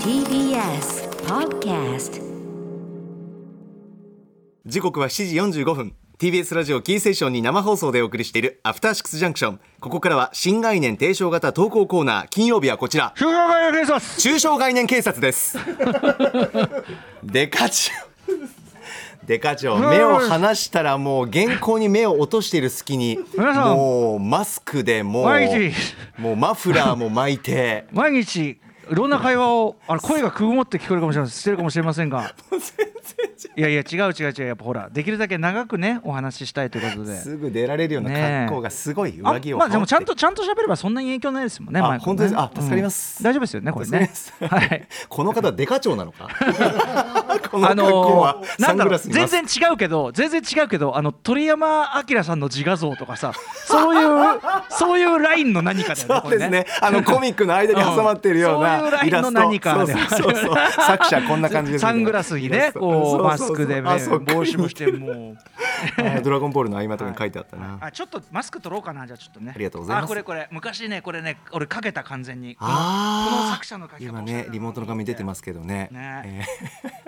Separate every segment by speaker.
Speaker 1: TBS Podcast
Speaker 2: 時刻は7時45分 TBS ラジオキーセッションに生放送でお送りしているアフターシックスジャンクションここからは新概念提唱型投稿コーナー金曜日はこちら
Speaker 3: 中小概念警察
Speaker 2: 中小概念警察です デカチョデカチョ目を離したらもう原稿に目を落としている隙に
Speaker 3: 皆さん
Speaker 2: もうマスクでも
Speaker 3: 毎日
Speaker 2: うもうマフラーも巻いて
Speaker 3: 毎日いろんな会話を あれ声がくぐもって聞こえるかもしれませんしてるかもしれませんがいやいや違う違う違うやっぱほらできるだけ長くねお話ししたいということです
Speaker 2: ぐ出られるような格好がすごい上着を
Speaker 3: あ
Speaker 2: 羽織って
Speaker 3: まあでもちゃんとちゃんと喋ればそんなに影響ないですもんね
Speaker 2: あ
Speaker 3: マイクも
Speaker 2: 本当です
Speaker 3: ね
Speaker 2: あ助かります
Speaker 3: うん大丈夫ですよねこれ
Speaker 2: 助かり
Speaker 3: ね
Speaker 2: ます
Speaker 3: はい
Speaker 2: この方デカ長なの かこの
Speaker 3: あ
Speaker 2: 格好は
Speaker 3: のー
Speaker 2: サ
Speaker 3: な
Speaker 2: ン
Speaker 3: ん
Speaker 2: グ
Speaker 3: だろ
Speaker 2: ラ
Speaker 3: う
Speaker 2: スにマ
Speaker 3: 全
Speaker 2: スク
Speaker 3: 然違うけど全然違うけどあの鳥山明さんの自画像とかさそういうそういうラインの何かだよね
Speaker 2: そう
Speaker 3: こ
Speaker 2: で
Speaker 3: れ
Speaker 2: すね。あのコミックの間に挟まってるよう
Speaker 3: うんそういうラ
Speaker 2: な
Speaker 3: イン
Speaker 2: イラスト。
Speaker 3: の何かで
Speaker 2: そうそうそうそう作者こんな感じですね。
Speaker 3: サングラスに
Speaker 2: イラ
Speaker 3: ね
Speaker 2: スト
Speaker 3: こうマ
Speaker 2: そそ
Speaker 3: ス
Speaker 2: そ
Speaker 3: クでね
Speaker 2: あそう
Speaker 3: 帽子もしてもう
Speaker 2: あドラゴンボールの合間とかに書いてあったな。
Speaker 3: あちょっとマスク取ろうかなじゃあちょっとね
Speaker 2: ありがとうございます
Speaker 3: あこれこれ昔ねこれね俺かけた完全にこの
Speaker 2: あー
Speaker 3: この作者の書き方
Speaker 2: 今ねリモートの画面出てますけどね。
Speaker 3: ね
Speaker 2: え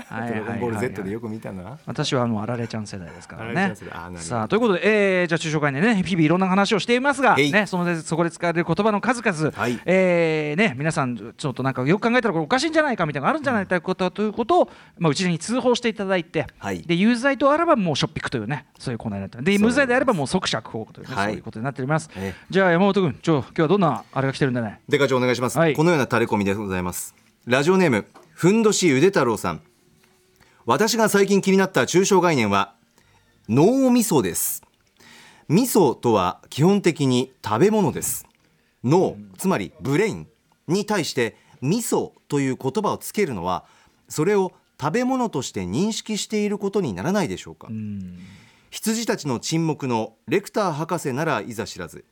Speaker 3: は
Speaker 2: ー
Speaker 3: い
Speaker 2: ドラゴンボール
Speaker 3: はいはい
Speaker 2: Z でよく見たな。
Speaker 3: 私はもうあられちゃん世代ですから
Speaker 2: あられちゃ
Speaker 3: ね
Speaker 2: ん世代あーなるほ。ど
Speaker 3: さあということで、えーじゃあ中小会でね日々いろんな話をしていますが、
Speaker 2: えい
Speaker 3: ね、そのそこで使われる言葉の数々、
Speaker 2: はい
Speaker 3: えーね、皆さんちょっとなんかよく考えたらこれおかしいんじゃないかみたいなのがあるんじゃないかと,、ということを、まあ、うちに通報していただいて、
Speaker 2: はい
Speaker 3: で有罪とあらばもうショッピックというねそういうコーナーになってますで
Speaker 2: そうで
Speaker 3: 無
Speaker 2: す
Speaker 3: 罪であればもう即釈放という、ね
Speaker 2: はい
Speaker 3: そういうことになっております、
Speaker 2: ええ
Speaker 3: じゃあ山本君ちょ今日はどんなあれが来てるんだね
Speaker 2: デカ長お願いします、
Speaker 3: はい
Speaker 2: このようなタレコミでございますラジオネームふんどしゆで太郎さん私が最近気になった抽象概念は脳みそです味噌とは基本的に食べ物です脳つまりブレインに対して味噌という言葉をつけるのはそれを食べ物として認識していることにならないでしょうか、羊たちの沈黙のレクター博士ならいざ知らず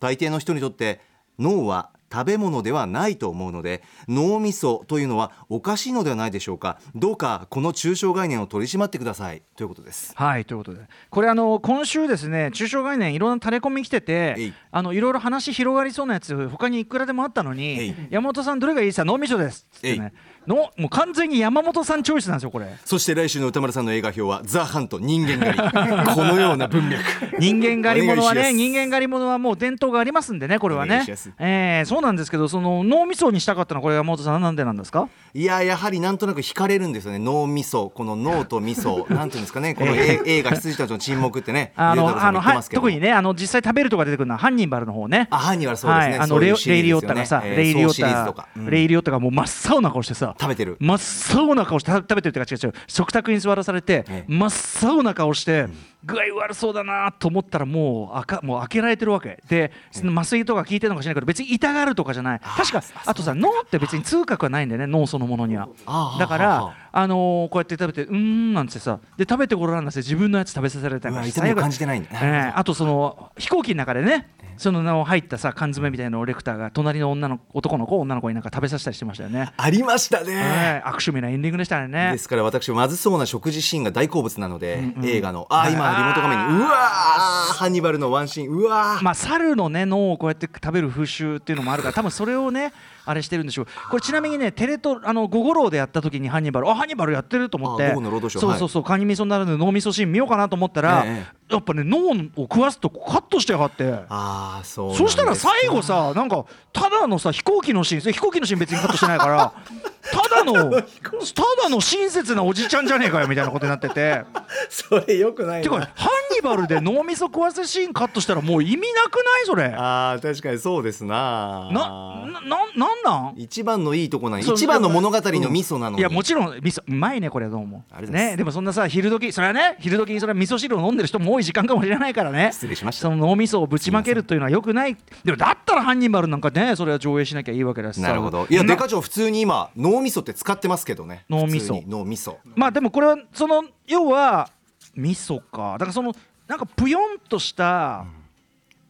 Speaker 2: 大抵の人にとって脳は食べ物ではないと思うので脳みそというのはおかしいのではないでしょうかどうかこの抽象概念を取り締まってくださいということです
Speaker 3: はいということでこれあの今週ですね中小概念いろんなタレコミ来て
Speaker 2: え
Speaker 3: て
Speaker 2: い
Speaker 3: あのいろいろ話広がりそうなやつ他にいくらでもあったの
Speaker 2: えい
Speaker 3: に山本さんどれがいいですか脳みそですっつってねのもう完全に山本さんチョイスなんです よこれ
Speaker 2: そして来週の歌丸さんの映画表は「ザ・ハント人間狩 り」このような文脈
Speaker 3: 人間狩り物は
Speaker 2: お願
Speaker 3: ね
Speaker 2: いします
Speaker 3: 人間狩り物はもう伝統がありますんでねこれは
Speaker 2: お願
Speaker 3: ね
Speaker 2: いします
Speaker 3: えーそうなんですけどその脳みそにしたかったのはこれ山本さんなんでなんですか
Speaker 2: いややはりなんとなく惹かれるんですよね脳みそこの脳とみそなんていうんですかねこの え映画「羊たちの沈黙」ってね
Speaker 3: あ
Speaker 2: ゆで
Speaker 3: の
Speaker 2: 太郎さ
Speaker 3: あ
Speaker 2: んも言
Speaker 3: の
Speaker 2: って
Speaker 3: は
Speaker 2: ますけど
Speaker 3: 特にねあの実際食べるとか出てくるのはハンニバルの方ね
Speaker 2: あハンニバルそうですね
Speaker 3: はいあ
Speaker 2: そ
Speaker 3: の
Speaker 2: うい
Speaker 3: レ
Speaker 2: う
Speaker 3: オ
Speaker 2: シリ
Speaker 3: レ
Speaker 2: ー
Speaker 3: イリオ
Speaker 2: ズ
Speaker 3: ッ
Speaker 2: ですよ
Speaker 3: タ
Speaker 2: ね
Speaker 3: がさ
Speaker 2: えー
Speaker 3: レイリオ
Speaker 2: そうシリーズ
Speaker 3: ッ
Speaker 2: と
Speaker 3: タ
Speaker 2: かうん
Speaker 3: レイリオッタがもう真っ青な顔してさ
Speaker 2: 食べてる
Speaker 3: 真っ青な顔してた食べてるっていうか違う違う食卓に座らされて
Speaker 2: ええ
Speaker 3: 真っ青な顔して具合悪そうだなと思ったらもう赤もう開けられてるわけでその麻酔とか効いてるのかしないけど別に痛がるとかじゃない確かあとさ脳って別に痛覚はないんだよね脳そのものには
Speaker 2: ああ
Speaker 3: だか
Speaker 2: あああ
Speaker 3: らあのーこうやって食べてうーんなんてさで食べてごらんなんて自分のやつ食べさせられたり
Speaker 2: うわ
Speaker 3: し
Speaker 2: 痛みを感じてないんだ
Speaker 3: ええあとその飛行機の中でねその名を入ったさ缶詰みたいなのをレクターが隣の女の男の子女の子になんか食べさせたりしてましたよね
Speaker 2: ありましたね、
Speaker 3: ええ悪趣味なエンディングでしたね
Speaker 2: ですから私まずそうな食事シーンが大好物なので、映画の
Speaker 3: は
Speaker 2: あ
Speaker 3: い
Speaker 2: 今リモート画面にうわーハンニバルのワンシーンうわー、
Speaker 3: まあ、猿の、ね、脳をこうやって食べる風習っていうのもあるから多分それをねあれしてるんでしょうこれちなみにねテレとあの「午後郎」でやった時にハンニバルあハンニバルやってると思って
Speaker 2: あ午後の労働省
Speaker 3: そ
Speaker 2: は
Speaker 3: う
Speaker 2: い
Speaker 3: そうそうカニ味噌ならぬ脳味噌シーン見ようかなと思ったら、
Speaker 2: え
Speaker 3: やっぱね脳を食わすとこうカットしてやがって。
Speaker 2: ああそうなん
Speaker 3: そ
Speaker 2: です
Speaker 3: したら最後さなんかただのさ飛行機のシーン飛行機のシーン別にカットしてないから ただのただの親切なおじちゃんじゃねえかよみたいなことになっ てて。
Speaker 2: それよくない
Speaker 3: てか
Speaker 2: な
Speaker 3: ハンニバルで脳みそ食わせシーンカットしたらもう意味なくないそれな
Speaker 2: あー確かにそうですな
Speaker 3: なななんなん
Speaker 2: 一番のいいとこなん
Speaker 3: そう
Speaker 2: 一番の物語の味噌なのに
Speaker 3: いやもちろん味噌うまいねこれどうも
Speaker 2: ありがとうございます
Speaker 3: ねでもそんなさ昼時それはね昼時にそれは味噌汁を飲んでる人も多い時間かもしれないからね
Speaker 2: 失礼しました
Speaker 3: その脳みそをぶちまけるというのはよくないでもだったらハンニバルなんかねそれは上映しなきゃいいわけだしさ
Speaker 2: なるほどいや
Speaker 3: な
Speaker 2: デカ長普通に今脳味噌って使ってますけどね
Speaker 3: 脳味噌
Speaker 2: 普通に脳味噌
Speaker 3: まあでもこれはその要は味噌かだからそのなんかぷよんとした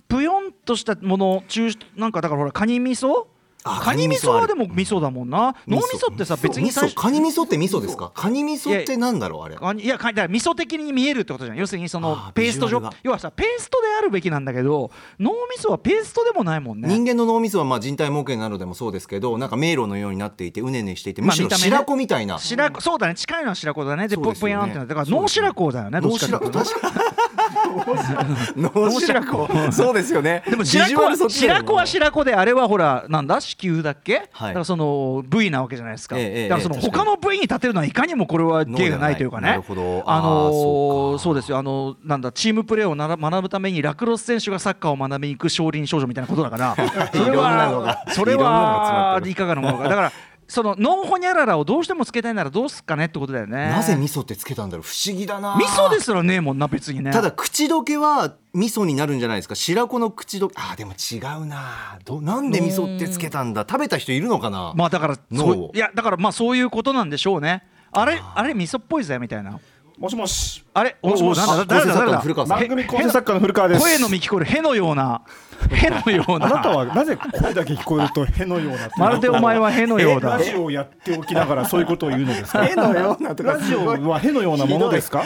Speaker 3: ぷよんとしたもの中なんかだからほらカニ味噌
Speaker 2: あ
Speaker 3: カニ味噌
Speaker 2: あ
Speaker 3: は
Speaker 2: る
Speaker 3: でも味噌だもんな脳味噌ってさ別に
Speaker 2: 味噌
Speaker 3: 最
Speaker 2: 味噌
Speaker 3: 初
Speaker 2: カニ味噌って味噌ですかカニ味噌ってなんだろうあれ
Speaker 3: カニいやカニだから味噌的に見えるってことじゃん要するにそ
Speaker 2: あ
Speaker 3: の
Speaker 2: ー
Speaker 3: ペースト
Speaker 2: ビジュア
Speaker 3: 状
Speaker 2: ルが
Speaker 3: 要はさペーストであるべきなんだけど脳味噌はペーストでもないもんね
Speaker 2: 人間の脳みそはまあ人体模型などでもそうですけどなんか迷路のようになっていてうねうねしていて
Speaker 3: ま
Speaker 2: む
Speaker 3: あ
Speaker 2: しろ
Speaker 3: 見た目ね
Speaker 2: 白子みたいな
Speaker 3: 白子そうだね近いのは白子だねで
Speaker 2: そ
Speaker 3: ぽ
Speaker 2: う
Speaker 3: ぽ
Speaker 2: ですよね
Speaker 3: やんってなってだから
Speaker 2: そう
Speaker 3: 脳
Speaker 2: ですよね
Speaker 3: 白子だよねどっ
Speaker 2: 脳
Speaker 3: ち
Speaker 2: 白
Speaker 3: かってい
Speaker 2: 子
Speaker 3: うとね
Speaker 2: 確かに脳白子そうですよね
Speaker 3: でも白子は白子は
Speaker 2: 子
Speaker 3: 白子であれはほらなんだ子宮だっけ、
Speaker 2: はい
Speaker 3: だからその部位なわけじゃないですか、
Speaker 2: ええええ
Speaker 3: だからその
Speaker 2: ええ確
Speaker 3: 他
Speaker 2: か
Speaker 3: の部位に立てるのはいかにもこれは芸がないというかね
Speaker 2: なるほど
Speaker 3: あの
Speaker 2: あー
Speaker 3: ー
Speaker 2: そ
Speaker 3: そう
Speaker 2: か
Speaker 3: うですよあのーなんだチームプレーをなら学ぶためにラクロス選手がサッカーを学びに行く少林少女みたいなことだか らそれ
Speaker 2: いろんなのが
Speaker 3: はそれ
Speaker 2: いろんなのが詰まっ
Speaker 3: は
Speaker 2: てる
Speaker 3: いかがなものかだからそのノンホニャララをどうしてもつけたいならどうすっかねってことだよね
Speaker 2: なぜ味噌ってつけたんだろう不思議だな
Speaker 3: 味噌ですらねえもんな別にね
Speaker 2: ただ口どけは味噌になるんじゃないですか白子の口どけあーでも違うなどなんで味噌ってつけたんだ食べた人いるのかな、
Speaker 3: まあだから
Speaker 2: 脳を
Speaker 3: そういやだからまあそういうことなんでしょうねあれあれ味噌っぽいぜみたいな
Speaker 4: もしもし。
Speaker 3: あれお
Speaker 4: もしもし
Speaker 3: なんだ
Speaker 2: 構成
Speaker 3: 誰だ
Speaker 2: 作家
Speaker 3: 誰
Speaker 2: の
Speaker 3: だ
Speaker 2: 古川さん
Speaker 4: 番組構成作家の古川です。
Speaker 3: 声の。聞こえるへのよう なへのよう
Speaker 4: あ
Speaker 3: な
Speaker 4: なたはなぜ声だけ聞こえるとへのようなっていうことを。
Speaker 3: まるでお前はへのようだ
Speaker 4: ラジオをやっておきながらそういうことを言うのですか。
Speaker 2: 絵のようなとか
Speaker 4: ラジオはへのようなものですか。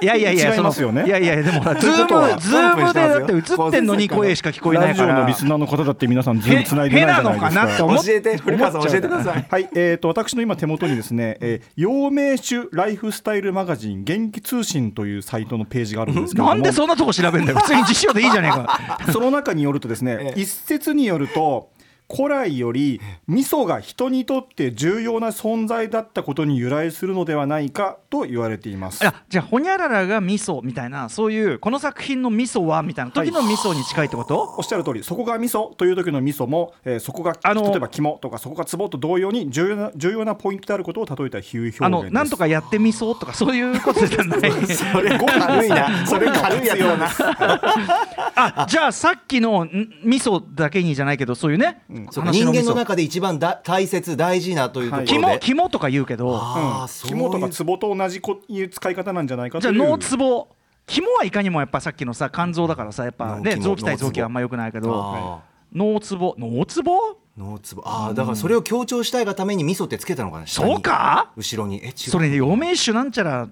Speaker 3: いやいやいや
Speaker 4: 違い
Speaker 3: その
Speaker 4: ますよね
Speaker 3: いやいやでもほら
Speaker 2: と
Speaker 3: ズ
Speaker 2: いうことは
Speaker 3: ームズームでだって映ってんのに
Speaker 2: コンセプトですよ
Speaker 3: 声しか聞こえな
Speaker 4: ラ
Speaker 3: い
Speaker 4: ジ
Speaker 3: か
Speaker 4: オ
Speaker 3: ら
Speaker 4: のリスナーの方だって皆さんズームつない
Speaker 3: へ
Speaker 4: で
Speaker 3: へ
Speaker 4: ないじ
Speaker 3: な
Speaker 4: ゃない
Speaker 3: の
Speaker 4: です
Speaker 3: か
Speaker 4: か。
Speaker 3: なって思
Speaker 2: 教
Speaker 3: って
Speaker 2: えて古川さん教えてください
Speaker 4: はい、えー、と私の今手元にですね、えー、陽明酒ライフスタイルマガジン元気通信というサイトのページがあるんですけれども
Speaker 3: なんでそんなとこ調べんだよ普通に辞書でいいじゃねえか
Speaker 4: その中によるとですね、
Speaker 2: ええ
Speaker 4: 一説によると古来より味噌が人にとって重要な存在だったことに由来するのではないかと言われています
Speaker 3: い。やじゃあほにゃららが味噌みたいなそういうこの作品の味噌はみたいな時の味噌に近いってこと
Speaker 4: おっしゃる通りそこが味噌という時の味噌も、えーそこが
Speaker 3: あの
Speaker 4: 例えば肝とかそこが壺と同様に重要な重要なポイントであることを例えた比喩表現です。
Speaker 3: あのなんとかやってみそうとかそういうことじゃない
Speaker 2: それ軽い なそれ軽いやつだな
Speaker 3: あ じゃあさっきのん味噌だけにじゃないけどそういうね、
Speaker 2: そうか
Speaker 3: 話
Speaker 2: 人間
Speaker 3: 味噌
Speaker 2: の中で一番だ大切大事なというところで、
Speaker 3: 肝肝とか言うけど
Speaker 2: あーそういう
Speaker 4: 肝とか壺と同じこいう使い方なんじゃないか
Speaker 3: じ
Speaker 4: とい
Speaker 3: ゃあ
Speaker 4: う。
Speaker 3: 脳ツボ肝はいかにもやっぱさっきのさ肝臓だからさやっぱ
Speaker 2: 脳
Speaker 3: ね
Speaker 2: 肝
Speaker 3: 臓器対
Speaker 2: 脳ツボ
Speaker 3: 臓器はあんま良くないけど
Speaker 2: あ
Speaker 3: 脳ツボ脳ツボ
Speaker 2: 脳つぼああだからそれを強調したいがために味噌ってつけたのかな下に
Speaker 3: そうか
Speaker 2: 後ろにえ違う
Speaker 3: それね余命酒なんちゃら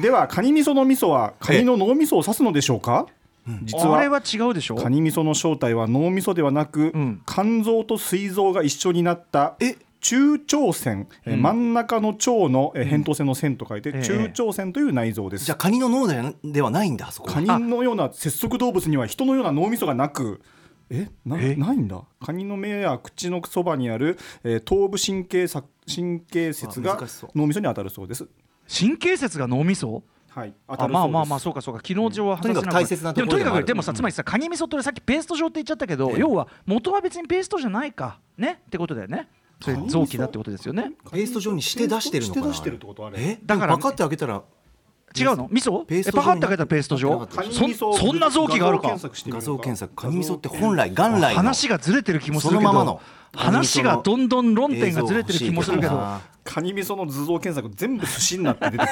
Speaker 4: ではカニ味噌の味噌はカニの脳味噌を指すのでしょうか？実
Speaker 3: あ
Speaker 4: は
Speaker 3: れは違うでしょ
Speaker 4: カニ味噌の正体は脳味噌ではなく、
Speaker 3: ん
Speaker 4: 肝臓と膵臓が一緒になった
Speaker 2: え
Speaker 4: 中腸腺、えー真ん中の腸の、えー扁桃腺の腺と書いて、
Speaker 3: ええ
Speaker 4: 中腸腺という内臓です、
Speaker 2: じゃあカニの脳ではなではないんだそこは
Speaker 4: カニのような節足動物には人のような脳みそがなくえな
Speaker 3: え
Speaker 4: ないんだカニの目や口のそばにある、えー頭部神経さ神経節
Speaker 2: あ
Speaker 4: が
Speaker 2: 難しそう
Speaker 4: 脳みそに当たるそうです
Speaker 3: 神経節が脳みそ
Speaker 4: はい当た
Speaker 3: あ
Speaker 4: るそうです
Speaker 3: まあまあまあそうかそうか機能上は話せ
Speaker 2: とにかく大切なところ
Speaker 3: でもと
Speaker 2: で
Speaker 3: に
Speaker 2: もあ
Speaker 3: か
Speaker 2: る
Speaker 3: くでもさつまりさカニ味噌って俺さっきペースト状って言っちゃったけど要は元は別にペーストじゃないかねってことだよねそれ
Speaker 4: カニ味噌
Speaker 3: 臓器だってことですよね
Speaker 2: ペースト状にして出してるのかな
Speaker 4: して出してるってことあれ
Speaker 2: えだ
Speaker 3: だ
Speaker 2: か
Speaker 3: からら
Speaker 2: パカって開けたら
Speaker 3: 違うの味噌
Speaker 2: ペース
Speaker 3: え
Speaker 2: ト状
Speaker 3: パ
Speaker 2: に
Speaker 3: カッて開けたらペースト
Speaker 2: なか
Speaker 3: 状
Speaker 2: った
Speaker 4: カニ味噌
Speaker 3: そんそんな臓器があるか
Speaker 4: 画像検索してみ
Speaker 2: 画
Speaker 4: るか
Speaker 2: 像検索カニ味噌って本来元来の
Speaker 3: 話がずれてる気もするけ
Speaker 2: そのまま
Speaker 3: ど
Speaker 2: の
Speaker 3: 話がどんどん論点がずれてる気もする
Speaker 2: 映
Speaker 3: け
Speaker 2: 像
Speaker 3: ど
Speaker 2: 欲しい
Speaker 3: あ
Speaker 4: カニ味噌の図像検索全部寿司になって出てくる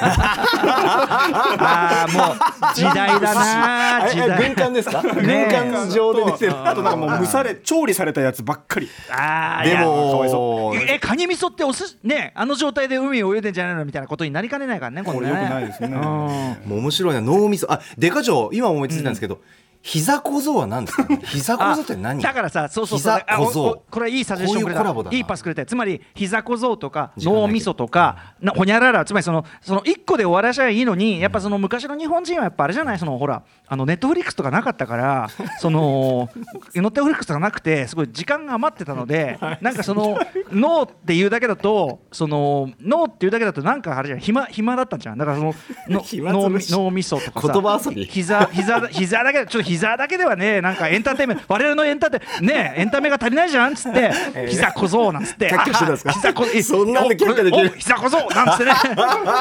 Speaker 3: あーもう時 代だな時
Speaker 2: あれ
Speaker 3: 代
Speaker 2: 軍艦ですか
Speaker 3: ねえ
Speaker 2: 軍艦上で出てる
Speaker 4: あとなんかもう蒸され調理されたやつばっかり
Speaker 3: あーい
Speaker 2: で
Speaker 3: や
Speaker 4: かわい
Speaker 2: も
Speaker 4: そ
Speaker 3: えカニ味噌ってお寿司ねあの状態で海を泳いでんじゃないのみたいなことになりかねないからねこれ
Speaker 4: これ
Speaker 3: ね
Speaker 4: 良くないですね
Speaker 3: うん
Speaker 2: もう面白いな脳みそあデカ長今思いついたんですけど膝小僧は何です かね膝小僧って何
Speaker 3: あだからさそうそうそう
Speaker 2: 膝小僧
Speaker 3: あおおこれはいいサジェッションくれた
Speaker 2: こういうコラボだない
Speaker 3: いパスくれたよつまり膝小僧とか
Speaker 2: 時間ないけど
Speaker 3: 脳みそとかなほにゃららつまりそのその1個で終わらせゃいいのにやっぱその昔の日本人はやっぱあれじゃないそのほらあのネットフリックスとかなかったからその ネットフリックスとかなくてすごい時間が余ってたのでなんかその脳っていうだけだとその脳っていうだけだとなんかあれじゃん暇暇だったんじゃんだ からそのの
Speaker 2: 暇
Speaker 3: 脳
Speaker 2: つぶ
Speaker 3: み
Speaker 2: し
Speaker 3: 脳みそとかさ
Speaker 2: 言葉遊び
Speaker 3: 膝膝膝だけちょっと膝だけではねなんかエンターテインメント我々のエンターテインねえエンタメが足りないじゃんっつって膝小僧なんつって
Speaker 2: 却下してたんですか
Speaker 3: 膝小僧
Speaker 2: そんなんで却下できる
Speaker 3: おお膝小僧なん つってね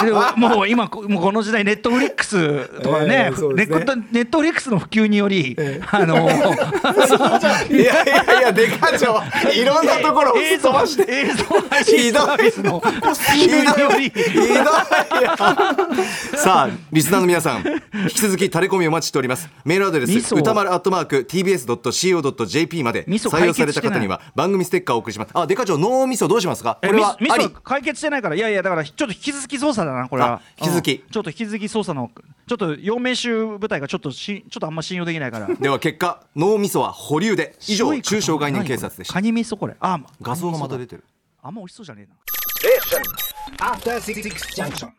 Speaker 3: でももう今こもうこの時代ネットフリックスとか
Speaker 2: え
Speaker 3: ね,
Speaker 2: え
Speaker 3: ふ、
Speaker 2: そうですね
Speaker 3: ネットネットフリックスの普及により、あの
Speaker 2: いやいやいやデカ 長いろんなところを
Speaker 3: 映像
Speaker 2: 飛ばして
Speaker 3: 映像配信サービスの普
Speaker 2: ひどい
Speaker 3: 及により
Speaker 2: ひどいさあリスナーの皆さん引き続きタレコミお待ちしておりますメールアドレス
Speaker 3: 味
Speaker 2: ス
Speaker 3: 噌
Speaker 2: 歌丸アットマーク TBS.CO.JP まで
Speaker 3: 味噌
Speaker 2: 採用され
Speaker 3: 解決
Speaker 2: た
Speaker 3: してな
Speaker 2: 方
Speaker 3: い
Speaker 2: には番組ステッカーをお送りしますあデカ長脳みそどうしますかこ
Speaker 3: え
Speaker 2: れは
Speaker 3: ミス
Speaker 2: あ
Speaker 3: ミ
Speaker 2: り
Speaker 3: スは解決してないからいやいやだからちょっと引き続き捜査だなこれは
Speaker 2: あ引き続き
Speaker 3: うんちょっと引き続き捜査のちょっと陽明衆部隊がちょっとしちょっとあんま信用できないから
Speaker 2: では結果脳みそは保留で以上中小概念警察でし
Speaker 3: カ
Speaker 2: た
Speaker 3: ニ味噌これあ
Speaker 2: 画像がまた出てる
Speaker 3: あんま美味しそうじゃねえな
Speaker 5: After Six Junction.